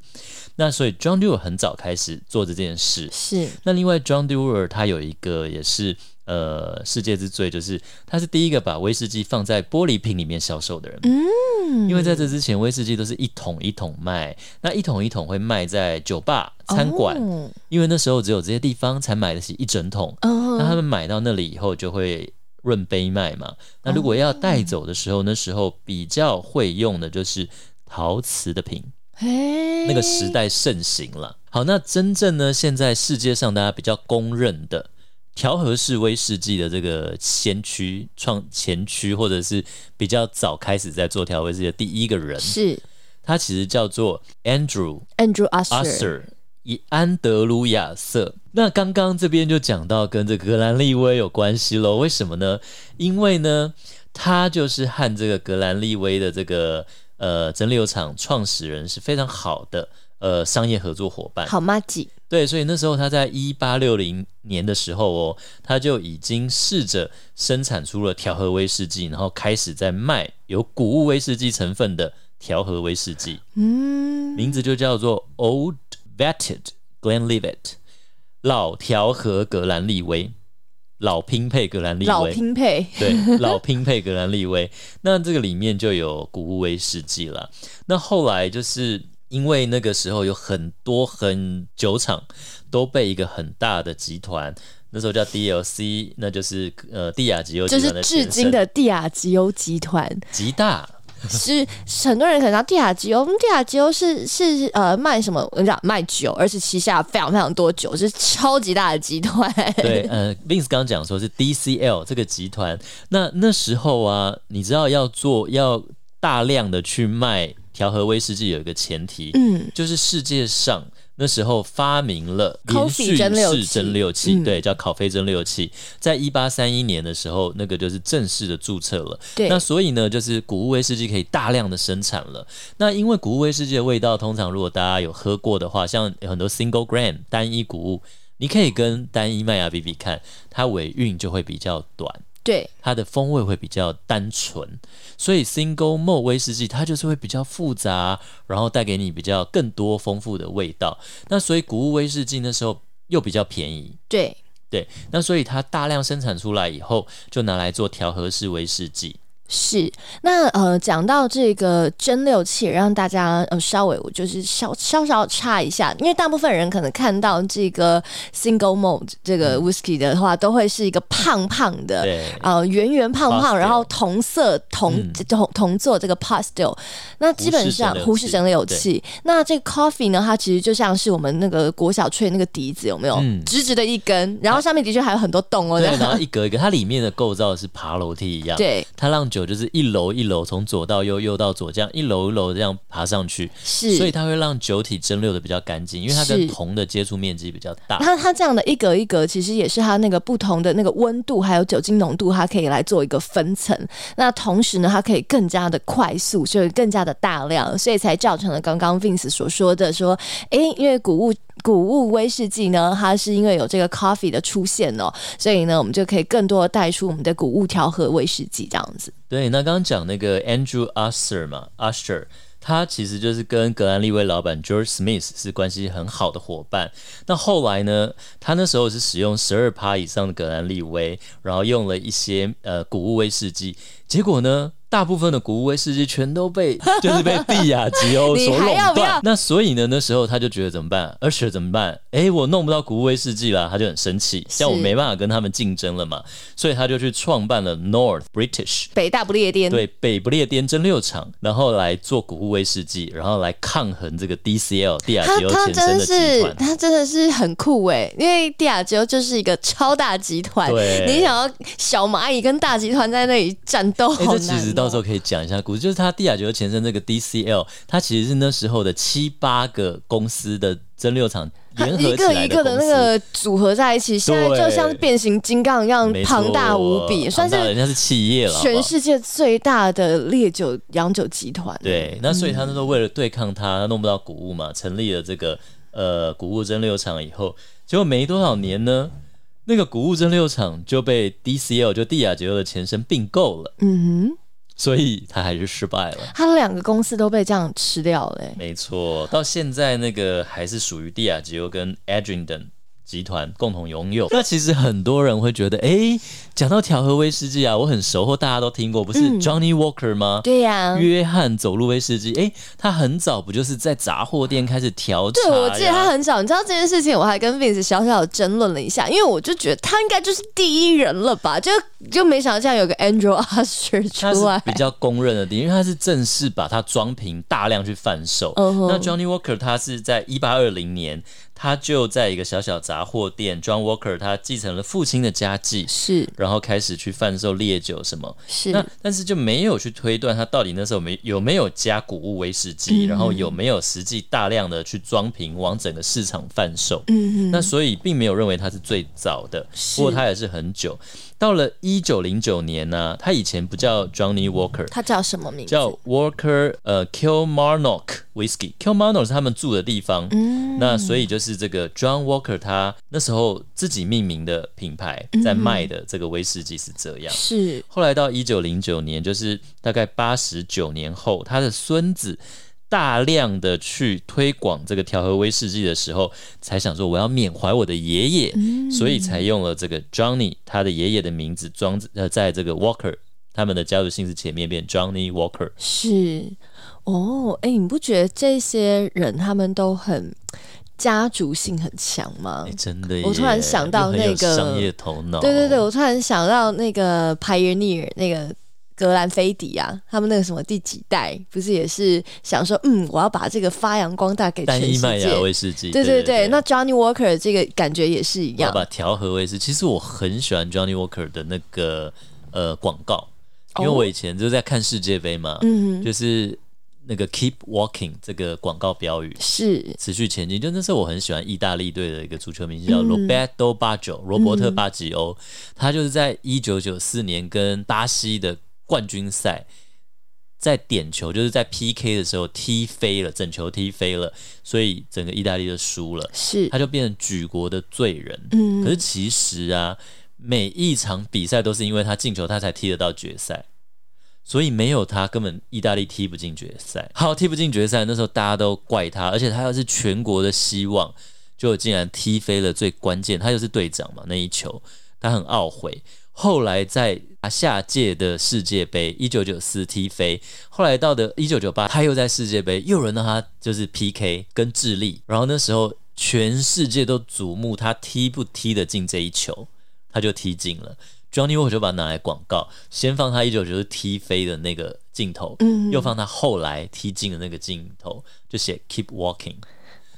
那所以 John Dewar 很早开始做这件事。
是
那另外 John Dewar 他有一个也是呃世界之最，就是他是第一个把威士忌放在玻璃瓶里面销售的人。
嗯，
因为在这之前，威士忌都是一桶一桶卖，那一桶一桶会卖在酒吧、餐馆，
哦
因为那时候只有这些地方才买得起一整桶。
嗯
那他们买到那里以后就会润杯卖嘛。那如果要带走的时候，那时候比较会用的就是陶瓷的瓶，
嘿
那个时代盛行了。好，那真正呢，现在世界上大家比较公认的调和式威士忌的这个先驱、创前驱，或者是比较早开始在做调和式的第一个人，
是
他其实叫做 Andrew
Andrew Usher，
Usher，以安德鲁亚瑟。那刚刚这边就讲到跟这个格兰利威有关系喽，为什么呢？因为呢，他就是和这个格兰利威的这个呃蒸馏厂创始人是非常好的呃商业合作伙伴。
好妈吉，
对，所以那时候他在一八六零年的时候哦，他就已经试着生产出了调和威士忌，然后开始在卖有谷物威士忌成分的调和威士忌。
嗯，
名字就叫做 Old Vetted Glenlivet，老调和格兰利威，老拼配格兰利
老
威，
拼配，
对， [LAUGHS] 老拼配格兰利威。那这个里面就有谷物威士忌了。那后来就是因为那个时候有很多很酒厂都被一个很大的集团。那时候叫 DLC，那就是呃蒂亚吉欧集
就
团
是
的
至
前
今
身
的蒂亚吉欧集团，
极大，
是很多人可能到蒂亚吉欧，嗯蒂亚吉欧是是呃卖什么？我跟你讲，卖酒，而且旗下非常非常多酒，是超级大的集团。
对，呃，Vince 刚刚讲说是 DCL 这个集团，那那时候啊，你知道要做要大量的去卖调和威士忌，有一个前提，
嗯，
就是世界上那时候发明了
Coffee
连续
蒸馏器
式蒸馏器，
嗯
对，叫考菲蒸馏器，在一八三一年的时候，那个就是正式的注册了。
对
那所以呢，就是谷物威士忌可以大量的生产了。那因为谷物威士忌的味道，通常如果大家有喝过的话，像有很多 single gram 单一谷物，你可以跟单一麦芽比比看，它尾韵就会比较短。
对，
它的风味会比较单纯，所以 single malt 威士忌它就是会比较复杂，然后带给你比较更多丰富的味道。那所以谷物威士忌那时候又比较便宜，
对，
对，那所以它大量生产出来以后，就拿来做调和式威士忌。
是。那呃，讲到这个蒸馏器，让大家呃稍微我就是稍稍稍插一下，因为大部分人可能看到这个 single malt 这个 whisky 的话，都会是一个胖胖的，
嗯对，
呃，圆圆胖胖，
Pastel
然后同色同、
嗯
同同做这个 pastel，那基本上
胡
胡
适
适
蒸
整
馏器
理有器。那这个 coffee 呢，它其实就像是我们那个国小吹那个笛子，有没有？
嗯啊
直直的一根，然后上面的确还有很多洞哦。
对
这，样
然
[LAUGHS]
后一格一格，它里面的构造是爬楼梯一样。
对，
它让酒就是一楼一楼从左到右，右到左这样一楼一楼这样爬上去，
是。
所以它会让酒体蒸馏的比较干净，因为它
是
跟铜的接触面积比较大。
它它这样的一格一格，其实也是它那个不同的那个温度还有酒精浓度，它可以来做一个分层。那同时呢，它可以更加的快速，就是更加的大量，所以才造成了刚刚 Vince 所说的说，诶，因为谷物。谷物威士忌呢，它是因为有这个 coffee 的出现哦，所以呢，我们就可以更多的带出我们的谷物调和威士忌这样子。
对，那刚刚讲那个 Andrew Usher 嘛，Usher，他其实就是跟格兰利威老板 George Smith 是关系很好的伙伴。那后来呢，他那时候是使用十二趴以上的格兰利威，然后用了一些呃谷物威士忌，结果呢，大部分的谷物威士忌全都
[LAUGHS]
被就是被蒂亚吉欧所
你还
垄
要不要
断。那所以呢，那时候他就觉得怎么办？Usher 怎么办？诶，我弄不到谷物威士忌啦，他就很生气，这样我
是
没办法跟他们竞争了嘛，所以他就去创办了 North British。
北大不列颠，
对北不列颠蒸馏厂，然后来做谷物威士忌，然后来抗衡这个 DCL 蒂亚
他
吉欧
他
呃前身
真
的
的
集
是
团。
他真的是很酷诶，因为蒂亚吉欧就是一个超大集团，
对
你想要小蚂蚁跟大集团在那里战斗，
哎、
好
这
难、哦
其实到时候。可以讲一下故事，就是他蒂亚吉欧前身这个 DCL，它其实是那时候的七八个公司的蒸馏厂
它
联合
一
起
个
来
一个的那
公司。
个组合在一起，现在就像是变形金刚一样
没错
庞大无比，
庞
算
大
是
人家是企业了，好不好
全世界最大的烈酒洋酒集团。，欸
对，那所以他那时候为了对抗他，弄不到谷物嘛，成立了这个呃谷物蒸馏厂以后，结果没多少年呢，那个谷物蒸馏厂就被 DCL 就蒂亚吉欧的前身并购了，
嗯
所以他还是失败了
哼，。他两个公司都被这样吃掉了、欸
没错，到现在那个还是属于蒂亚吉欧跟 Adrington 集团共同拥有。那其实很多人会觉得，诶，讲到调和威士忌啊，我很熟，或大家都听过，不是 Johnny Walker 吗？
对呀、
约翰走路威士忌，诶，他很早不就是在杂货店开始调茶呀？
对，我记得他很早，你知道这件事情，我还跟 Vince 小小的争论了一下，因为我就觉得他应该就是第一人了吧，就就没想到这样有个 Andrew Usher
[LAUGHS] 他
出
是
来，
比较公认的第一，因为他是正式把它装瓶大量去贩售。
嗯哼
那 Johnny Walker 他是在一八二零年，他就在一个小小杂货店，John Walker 他继承了父亲的家计，
是
然后开始去贩售烈酒什么。
是
那但是就没有去推断他到底那时候没有没有加谷物威士
嗯
忌，然后有没有实际大量的去装瓶往整个市场贩售。
嗯
那所以并没有认为它是最早的，
是
不过它也是很久。到了一九零九年呢、它以前不叫 Johnny Walker，
他叫什么名字？
叫 Walker 呃 Kilmarnock Whisky。Kilmarnock 是他们住的地方，
嗯
那所以就是这个 John Walker 他那时候自己命名的品牌
嗯
在卖的这个威士忌是这样。
是
后来到一九零九年，就是大概八十九年后，他的孙子大量的去推广这个调和威士忌的时候，才想说我要缅怀我的爷爷，
嗯
所以才用了这个 Johnny 他的爷爷的名字装呃在这个 Walker 他们的家族姓氏前面变 Johnny Walker。
是哦，哎、你不觉得这些人他们都很家族性很强吗？
哎，真的耶，
我突然想到
又很有
那个
商业头脑，哦
对对对，我突然想到那个 Pioneer 那个格兰菲迪啊，他们那个什么第几代，不是也是想说，嗯，我要把这个发扬光大给全
单一
世
麦
界。
芽威士忌，
对对
对
对，那 Johnny Walker 这个感觉也是一
要
样。
把调和威士，其实我很喜欢 Johnny Walker 的那个呃广告，因为我以前就是在看世界杯嘛，
哦嗯，
就是那个 Keep Walking 这个广告标语。
是
持续前进，就那时候我很喜欢意大利队的一个足球
嗯
明星叫 Roberto Baggio，、罗伯特巴吉欧，他就是在一九九四年跟巴西的冠军赛，在点球就是在 PK 的时候踢飞了，整球踢飞了，所以整个意大利就输了。
是
他，就变成举国的罪人。
嗯
可是其实啊，每一场比赛都是因为他进球，他才踢得到决赛。所以没有他，根本意大利踢不进决赛。好，踢不进决赛，那时候大家都怪他，而且他又是全国的希望，就竟然踢飞了最关键，他又是队长嘛，那一球他很懊悔。后来在下届的世界杯，一九九四踢飞，后来到的一九九八，他又在世界杯又有人让他就是 PK 跟智利，然后那时候全世界都瞩目他踢不踢得进这一球，他就踢进了。Johnny Walker 就把它拿来广告，先放他一九九四踢飞的那个镜头，
嗯
又放他后来踢进的那个镜头，就写 Keep Walking，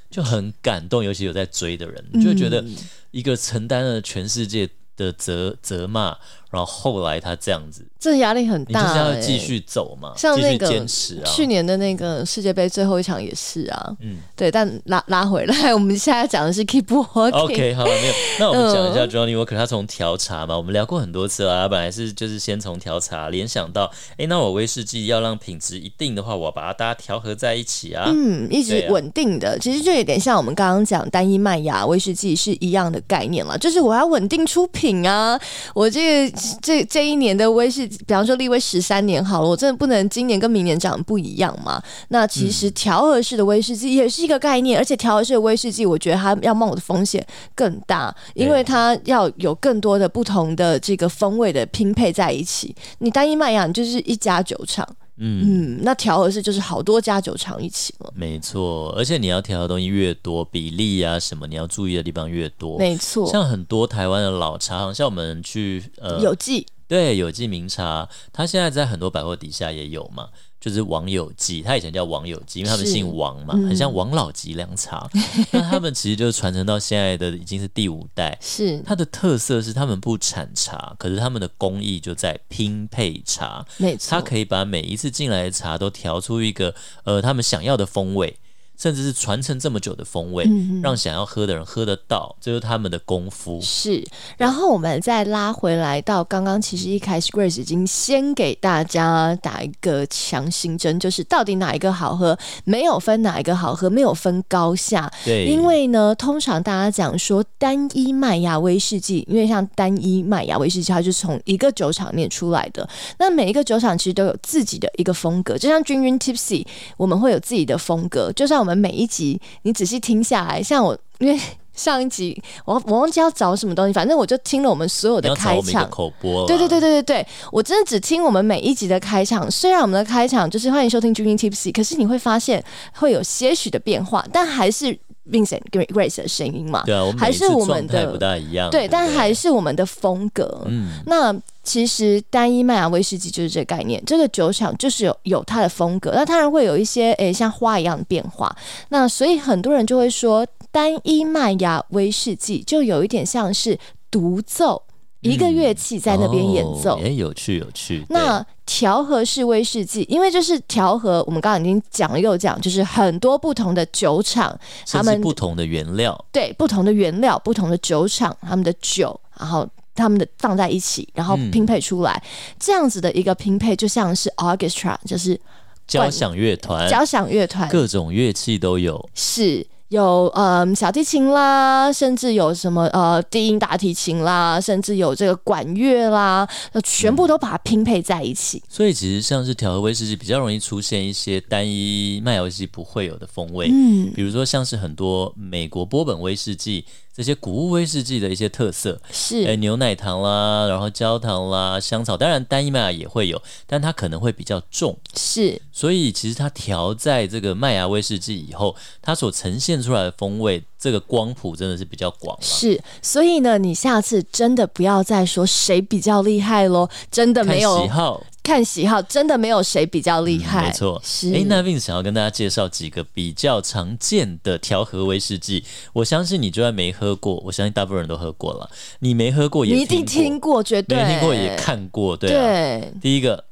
就很感动，尤其有在追的人，
嗯
就会觉得一个承担了全世界的责责骂，然后后来他这样子，
这压力很
你就是
大、
要
哎
继续啊走嘛，
像那个
继续坚持啊。
去年的那个世界杯最后一场也是啊，
嗯
对，但拉拉回来，我 [LAUGHS] 们现在讲的是 Keep Walking。
OK，好了，没有。那我们讲一下
嗯
Johnny Walker，他从调茶嘛，我们聊过很多次了。他本来是就是先从调茶联想到，诶，那我威士忌要让品质一定的话，我要把它大家调和在一起啊。
嗯，一直
对啊
稳定的，其实就有点像我们刚刚讲单一麦芽威士忌是一样的概念了，就是我要稳定出品啊。我这个这这一年的威士，比方说立威十三年好了，我真的不能今年跟明年长得不一样嘛。那其实
嗯
调和式的威士忌也是一个概念，而且调和式的威士忌，我觉得它要冒的风险更大，因为它要有更多的不同的这个风味的拼配在一起。你单一麦芽你就是一家酒厂，嗯，那调和式就是好多家酒厂一起了。
没错，而且你要调的东西越多，比例啊什么，你要注意的地方越多。
没错，
像很多台湾的老茶行，像我们去呃
有记
对有记名茶，它现在在很多百货底下也有嘛，就是王有记，它以前叫王有记，因为他们
是嗯
姓王嘛，很像王老吉凉
[LAUGHS]
茶。那他们其实就传承到现在的已经是第五代。
是
它的特色是他们不产茶，可是他们的工艺就在拼配茶，
没错，
他可以把每一次进来的茶都调出一个呃他们想要的风味，甚至是传承这么久的风味，
嗯
让想要喝的人喝得到，这就是他们的功夫。
是，然后我们再拉回来到刚刚，其实一开始 Grace 已经先给大家打一个强心针，就是到底哪一个好喝，没有分哪一个好喝，没有分高下，
对，
因为呢，通常大家讲说单一麦芽威士忌，因为像单一麦芽威士忌，它就是从一个酒厂里面出来的。那每一个酒厂其实都有自己的一个风格，就像君君 Tipsy，我们会有自己的风格。就像我们每一集，你仔细听下来，像我，因为 [LAUGHS] 上一集我我忘记要找什么东西，反正我就听了我们所有
你
的
要找
开
我们一个
场。
口播了，
对对对对对对，我真的只听我们每一集的开场，虽然我们的开场就是欢迎收听《Dreaming Tipsy》，可是你会发现会有些许的变化，但还是 Vincent 跟 Grace 的声音嘛，
对啊，我们
还
每一
是
次
我们
状态
的
不大一样，
对，
不
但还是我们的风格。
嗯，
那其实单一麦芽威士忌就是这个概念，这个酒厂就是有有它的风格，那当然会有一些诶、像花一样的变化。那所以很多人就会说，单一麦芽威士忌就有一点像是独奏，一个乐器在那边演奏。
哦哎，有趣有趣。
那调和式威士忌，因为就是调和，我们刚刚已经讲了又讲，就是很多不同的酒厂，
对
他
甚
们
至不同的原料，
对不同的原料、不同的酒厂、他们的酒，然后他们的放在一起，然后
嗯
拼配出来、这样子的一个拼配，就像是 orchestra，就是
交响乐团，
交响乐团，
哎各种乐器都有。
是有嗯小提琴啦，甚至有什么呃低音大提琴啦，甚至有这个管乐啦，那全
嗯
部都把它拼配在一起。
所以其实像是调和威士忌比较容易出现一些单一麦芽威士忌不会有的风味，
嗯，
比如说像是很多美国波本威士忌这些谷物威士忌的一些特色，
是。
哎，牛奶糖啦，然后焦糖啦，香草，当然单一麦芽也会有，但它可能会比较重。
是
所以其实它调在这个麦芽威士忌以后，它所呈现出来的风味，这个光谱真的是比较广了。
是，所以呢，你下次真的不要再说谁比较厉害喽，真的
看
没有
喜好，嗯
看喜好，真的没有谁比较厉害、
没错。
是。
诶，那 Vin 想要跟大家介绍几个比较常见的调和威士忌，我相信你就算没喝过，我相信大部分人都喝过了，你没喝过也
你一定
过
听，过，绝对
没听过也看过，对啊。
对。
第一个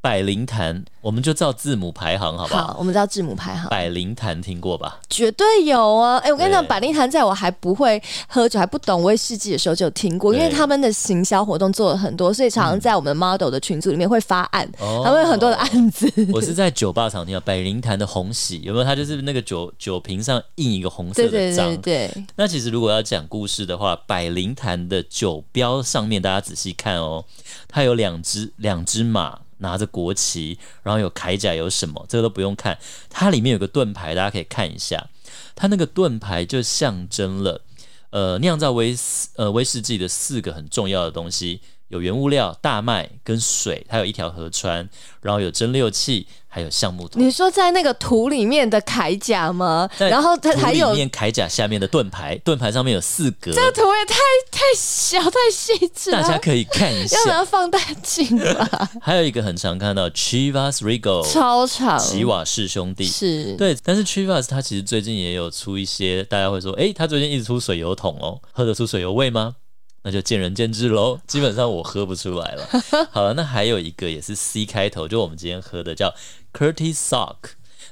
百灵坛，我们就照字母排行好不好？
好，我们知道字母排行，
百灵坛听过吧？
绝对有啊！哎、我跟你讲，
对
百灵坛在我还不会喝酒、还不懂威士忌的时候就有听过，因为
对嗯
他们的行销活动做了很多，所以常常在我们的 model 的群组里面会发案，
哦
他们有很多的案子。 [LAUGHS]
我是在酒吧常听到百灵坛的红喜，有没有？它就是那个酒酒瓶上印一个红
[LAUGHS]
色
对
的章。
对对对，
那其实如果要讲故事的话，百灵坛的酒标上面，大家仔细看哦，它有两只两只马拿着国旗，然后有铠甲，有什么这个都不用看，它里面有个盾牌，大家可以看一下，它那个盾牌就象征了呃酿造威斯呃威士忌的四个很重要的东西。有原物料大麦跟水，它有一条河川，然后有蒸馏器，还有橡木桶。
你说在那个图里面的铠甲吗？
在
然后它还
图
有
里面铠甲下面的盾牌，盾牌上面有四格，
那图也太太小太细致
大家哦
了，
可以看一
啊要
下。
拿放大
[LAUGHS]
镜吧，
还有一个很常看到 Chivas Regal
超长。
吉瓦氏兄弟。
是，
对，但是 Chivas 它其实最近也有出一些，大家会说，诶，它最近一直出水油桶哦，喝得出水油味吗？那就见仁见智喽。基本上我喝不出来
[LAUGHS]
了。好了，那还有一个也是 C 开头，就我们今天喝的叫 Curtis Sock。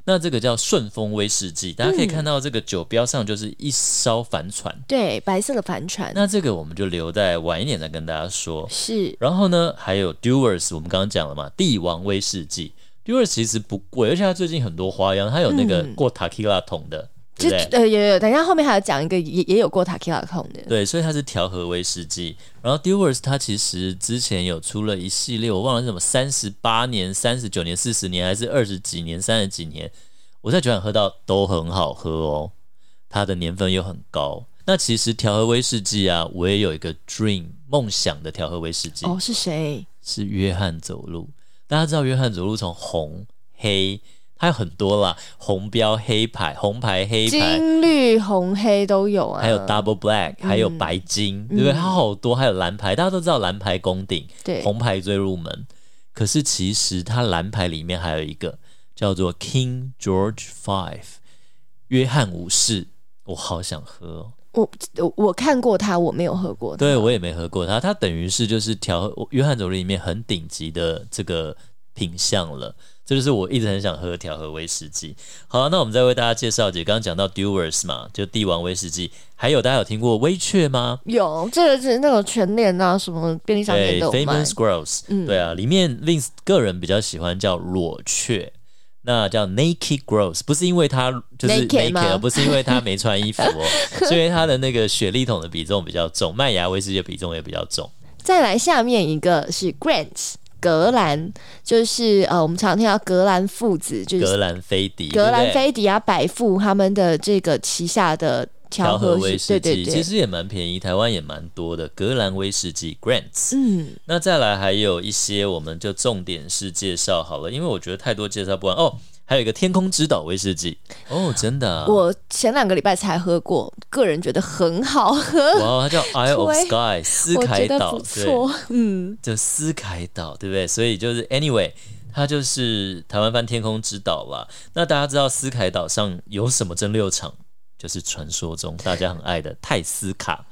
那这个叫顺风威士忌，大家可以看到这个酒标上就是一艘帆船。
对，白色的帆船
那这个我们就留在晚一点再跟大家说。
是
然后呢，还有 Dewars，我们刚刚讲了嘛，帝王威士忌。Dewars 其实不贵，而且它最近很多花样，它有那个过 Tequila 桶的，对
就
不对？
呃有有，等一下后面还要讲一个也也有过塔 q 拉控的，
对，所以它是调和威士忌。然后 Dewars 它其实之前有出了一系列，我忘了是什么，三十八年、三十九年、四十年，还是二十几年、三十几年，我在酒馆喝到都很好喝哦。它的年份又很高。那其实调和威士忌啊，我也有一个 dream 梦想的调和威士忌
哦，是谁？
是约翰走路。大家知道约翰走路从红黑，它有很多啦，红标、黑牌、红牌、黑牌，
金绿红黑都有啊，
还有 double black，、
嗯
还有白金，对不对？它好多，还有蓝牌，大家都知道蓝牌攻顶，
对
红牌最入门。可是其实它蓝牌里面还有一个叫做 King George Five，约翰五世，我好想喝、哦。
我我我看过它，我没有喝过它，
对，我也没喝过它，它等于是就是调约翰酒里面很顶级的这个品相了。这就是我一直很想喝调和威士忌。好、那我们再为大家介绍，姐刚刚讲到 Dewars 嘛，就帝王威士忌，还有大家有听过微雀吗？
有这个是那种全脸啊，什么便利商店
对
都有卖嗯
，Famous，Grouse，、对啊，里面 Vince 个人比较喜欢叫裸雀，那叫 Naked Grouse，不是因为它就是
Naked 吗
naked，不是因为它没穿衣服
[LAUGHS]
哦，是因为它的那个雪莉桶的比重比较重，麦芽威士忌的比重也比较重。
再来下面一个是 Grant。格兰就是呃，我们常听到格兰父子，就是
格兰菲迪，
格
对
兰
不对
菲迪啊、百富他们的这个旗下的调
和
和
威士忌，
对对对，
其实也蛮便宜，台湾也蛮多的。格兰威士忌 （Grants），、
嗯，
那再来还有一些，我们就重点是介绍好了，因为我觉得太多介绍不完哦。还有一个天空之岛威士忌，哦，真的、啊，
我前两个礼拜才喝过，个人觉得很好喝，
哇，它叫
[LAUGHS]
Isle of
对
Sky 斯
我
凯
觉得
岛，
不
对，
错，嗯，
就斯凯岛，对不对？所以就是 anyway，它就是台湾翻天空之岛啦。那大家知道斯凯岛上有什么蒸馏厂？就是传说中大家很爱的泰斯卡。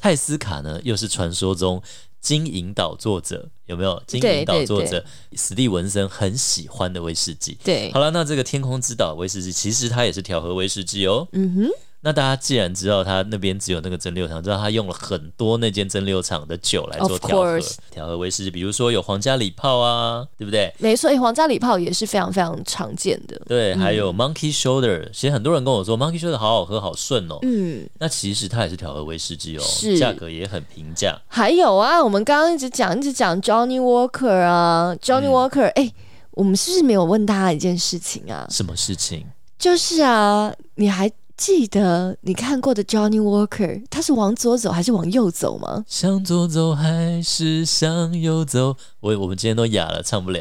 泰斯卡呢，又是传说中金银岛作者有没有？金银岛作
对
者史蒂文森很喜欢的威士忌。
对
好，了，那这个天空之岛威士忌，其实它也是调和威士忌哦。
嗯哼，
那大家既然知道他那边只有那个蒸馏厂，知道他用了很多那间蒸馏厂的酒来做
Of
调和
course
调和威士忌，比如说有皇家礼炮啊，对不对？
没错，皇家礼炮也是非常非常常见的，
对，还有 Monkey Shoulder，、其实很多人跟我说 Monkey Shoulder 好好喝，好顺哦。
嗯。
那其实它也是调和威士忌哦，
是
价格也很平价。
还有啊，我们刚刚一直讲一直讲 Johnny Walker 啊，Johnny
嗯
Walker，哎、我们是不是没有问大家一件事情啊？
什么事情？
就是啊，你还记得你看过的 Johnny Walker，他是往左走还是往右走吗？
向左走还是向右走？我我们今天都哑了，唱
[LAUGHS]
不了。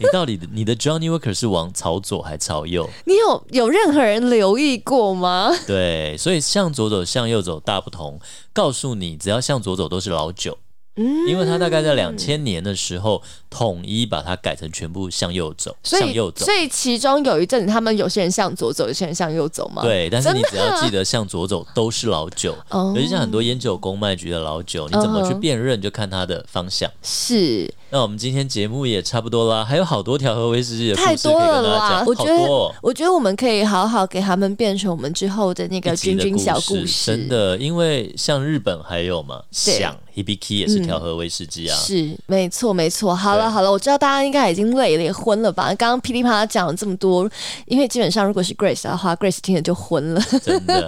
你到底你的 Johnny Walker 是往朝左还朝右？
你有有任何人留意过
[LAUGHS]
吗？
对，所以向左走、向右走大不同。告诉你，只要向左走都是老酒，
嗯，
因为它大概在两千年的时候统一把它改成全部向右走，
所
向
以
右走
所。以其中有一阵，他们有些人向左走，有些人向右走嘛。，
对，但是
真
你
的
只要记得向左走都是老酒，
哦嗯
尤其像很多烟酒公卖局的老酒，你怎么去辨认就看它的方向。
是
那我们今天节目也差不多啦，还有好多调和威士忌的故
太
事可以
多
跟
了
大家
啦
讲，。
我觉
好多
得
哦，
我觉得我们可以好好给他们变成我们之后的那个
一集
君
的
君小故
真的，因为像日本还有嘛，
对嗯
响 Hibiki 也是调和威士忌啊，
是，没错，没错。好
对
了，好了，我知道大家应该已经累了，也昏了吧？刚刚噼里啪啦讲了这么多，因为基本上如果是 Grace 的话，Grace 听了就昏了，
[LAUGHS] 真的。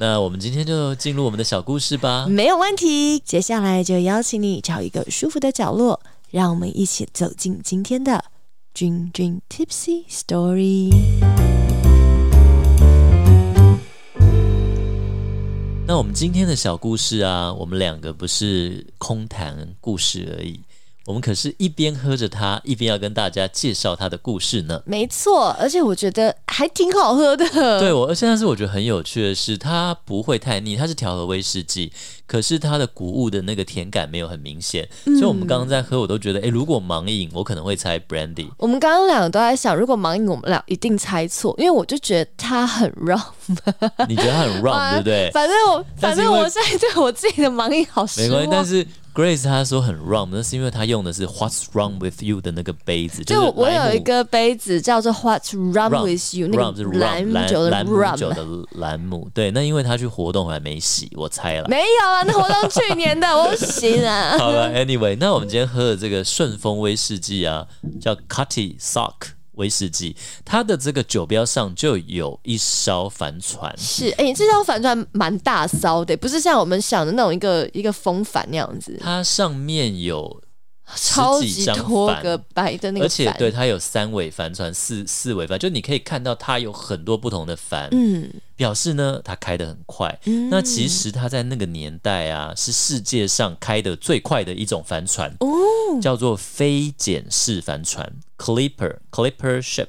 那我们今天就进入我们的小故事吧。
没有问题。接下来就邀请你找一个舒服的角落，让我们一起走进今天的君君 Tipsy Story。
那我们今天的小故事啊，我们两个不是空谈故事而已，我们可是一边喝着它，一边要跟大家介绍它的故事呢。
没错，而且我觉得还挺好喝的。
对我，而现在是我觉得很有趣的是，它不会太腻，它是调和威士忌，可是它的谷物的那个甜感没有很明显，所以我们刚刚在喝，我都觉得，诶，如果盲饮，我可能会猜 brandy，
我们刚刚两个都在想，如果盲饮，我们俩一定猜错，因为我就觉得它很 rough。
你觉得它很 rum 对不对？
反正我，反
但是因
正
为
我现在对我自己的盲饮好失
没
望。
关系，但是 Grace 她说很 wrong，那是因为她用的是 What's wrong with you 的那个杯子，
就我
是
我
莱姆
有一个杯子叫做 What's Rum
rum
with You，那
rum 是
个
rum
莱姆
兰
酒的
兰姆酒
Rum，
的兰姆，对，那因为她去活动还没洗，我猜
[LAUGHS]
了。
没有啊，那活动去年的，我行啊。
好了，Anyway，那我们今天喝的这个顺风威士忌啊，叫 Cutty Sock 威士忌，它的这个酒标上就有一艘帆船，
是，哎、你这张帆船蛮大骚的，不是像我们想的那种一个一个风帆那样子，
它上面有，
超
十几
级
张
多
帆
个白的那
而
个
且
帆。
对，它有三尾帆船、四四尾帆，就你可以看到它有很多不同的帆，
嗯，
表示呢它开得很快。
嗯
那其实它在那个年代啊，是世界上开得最快的一种帆船，
哦，
叫做非检式帆船 （Clipper Clipper Ship）。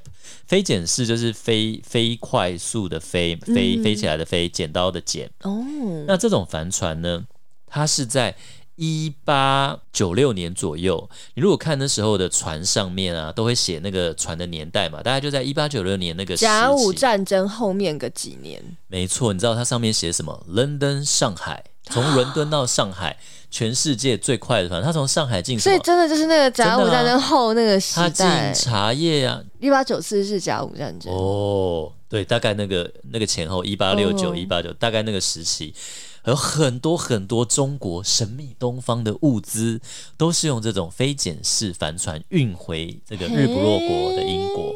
非检式就是飞飞快速的飞，飞
嗯
飞起来的飞，剪刀的剪。
哦，
那这种帆船呢，它是在一八九六年左右。你如果看那时候的船上面啊，都会写那个船的年代嘛，大概就在一八九六年那个时
甲午
期。
战争后面个几年，
没错，你知道它上面写什么？London 上海，从伦敦到上海，全世界最快的船。它从上海进什
所以
么？
真的就是那个甲
真
午
的啊
战争后那个时
它进
代，
茶叶啊，
一八九四是甲午战争。
哦，对，大概那个那个前后一八六九一八九，大概那个时期，有很多很多中国神秘东方的物资，都是用这种非检式帆船运回这个日不落国的英国。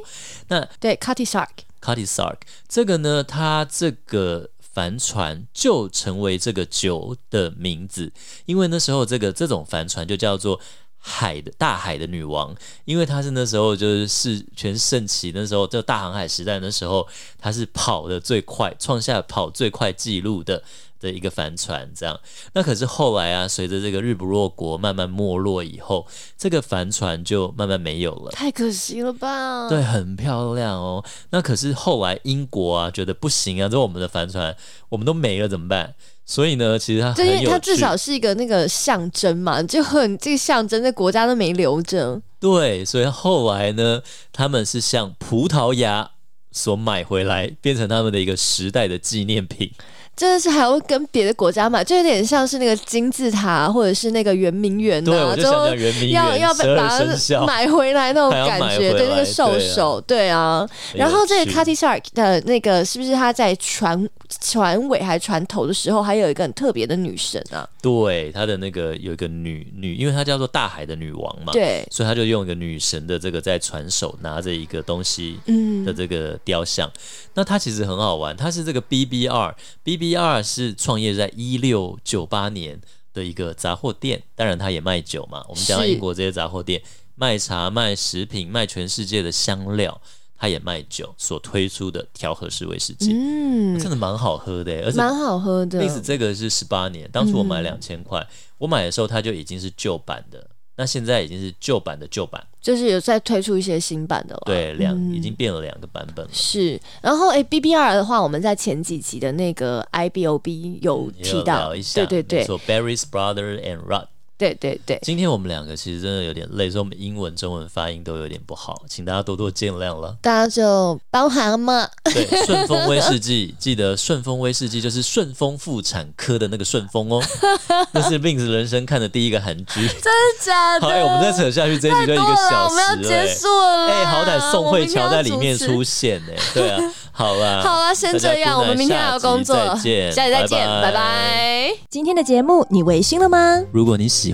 那
对，Cutty Shark，
Cutty Sark 这个呢，它这个帆船就成为这个酒的名字，因为那时候这个这种帆船就叫做海的大海的女王，因为她是那时候就是是全盛期，那时候就大航海时代那时候，她是跑的最快，创下跑最快纪录的的一个帆船。这样，那可是后来啊，随着这个日不落国慢慢没落以后，这个帆船就慢慢没有了。
太可惜了吧？
对，，很漂亮哦。那可是后来英国啊，觉得不行啊，这我们的帆船我们都没了怎么办？所以呢，其实它
就
很有
是
趣，
它至少是一个那个象征嘛，就很这个象征，这国家都没留着。
对，所以后来呢，他们是向葡萄牙所买回来，变成他们的一个时代的纪念品。
真的是还要跟别的国家买，就有点像是那个金字塔，或者是那个圆明园啊
对，
呐、
我就想讲圆明
要要
园
把
十
把
二生
它
肖，
买回来那种
还要
感
买
觉，
回
对那个
来
兽
对啊
手，对啊。
很
然
有
后这个
趣
Cutty Shark 的那个是不是他在船船尾还船头的时候，还有一个很特别的女神啊？
对他的那个有一个女女，因为她叫做大海的女王嘛，，
对，
所以他就用一个女神的这个在船手拿着一个东西，的
嗯，
这个雕像。那它其实很好玩，它是这个 BBR，BBR 是创业在一六九八年的一个杂货店，当然它也卖酒嘛。我们讲到
是
英国这些杂货店，卖茶、卖食品、卖全世界的香料，它也卖酒所推出的调和式威士忌，
嗯，
真的蛮好喝的耶，而且
蛮好喝的
历。史这个是十八年，当初我买
嗯
两千块，我买的时候它就已经是旧版的。那现在已经是旧版的旧版，
就是有在推出一些新版的了。
对，两、
嗯
已经变了两个版本了。
是，然后诶 b b r 的话，我们在前几集的那个 IBOB 有
也嗯有
提到
聊一，下，
对对对
说 Barry's brother and Rod。
对对对，。
今天我们两个其实真的有点累，所以我们英文、中文发音都有点不好，请大家多多见谅了
[LAUGHS] 大家就包含
[LAUGHS]
嘛，
对，顺丰威士忌，记得顺丰威士忌就是顺丰妇产科的那个顺
[LAUGHS]
丰哦，那是 Vince 人生看的第一个韩
真
剧。
的假
好，哎、我们再扯下去，这一集就一
够
个
了，
小
我
时
们要
了、
结束了啦。
哎、好歹宋慧乔在里
我
面
明天要主
出
持。
现呢、对啊，好啦，
[LAUGHS] 好了，先
大家
这样，
good night，
我们明天还有工作，
下集再见，
下集再见，拜拜。今天的节目你微醺了吗？
如果你喜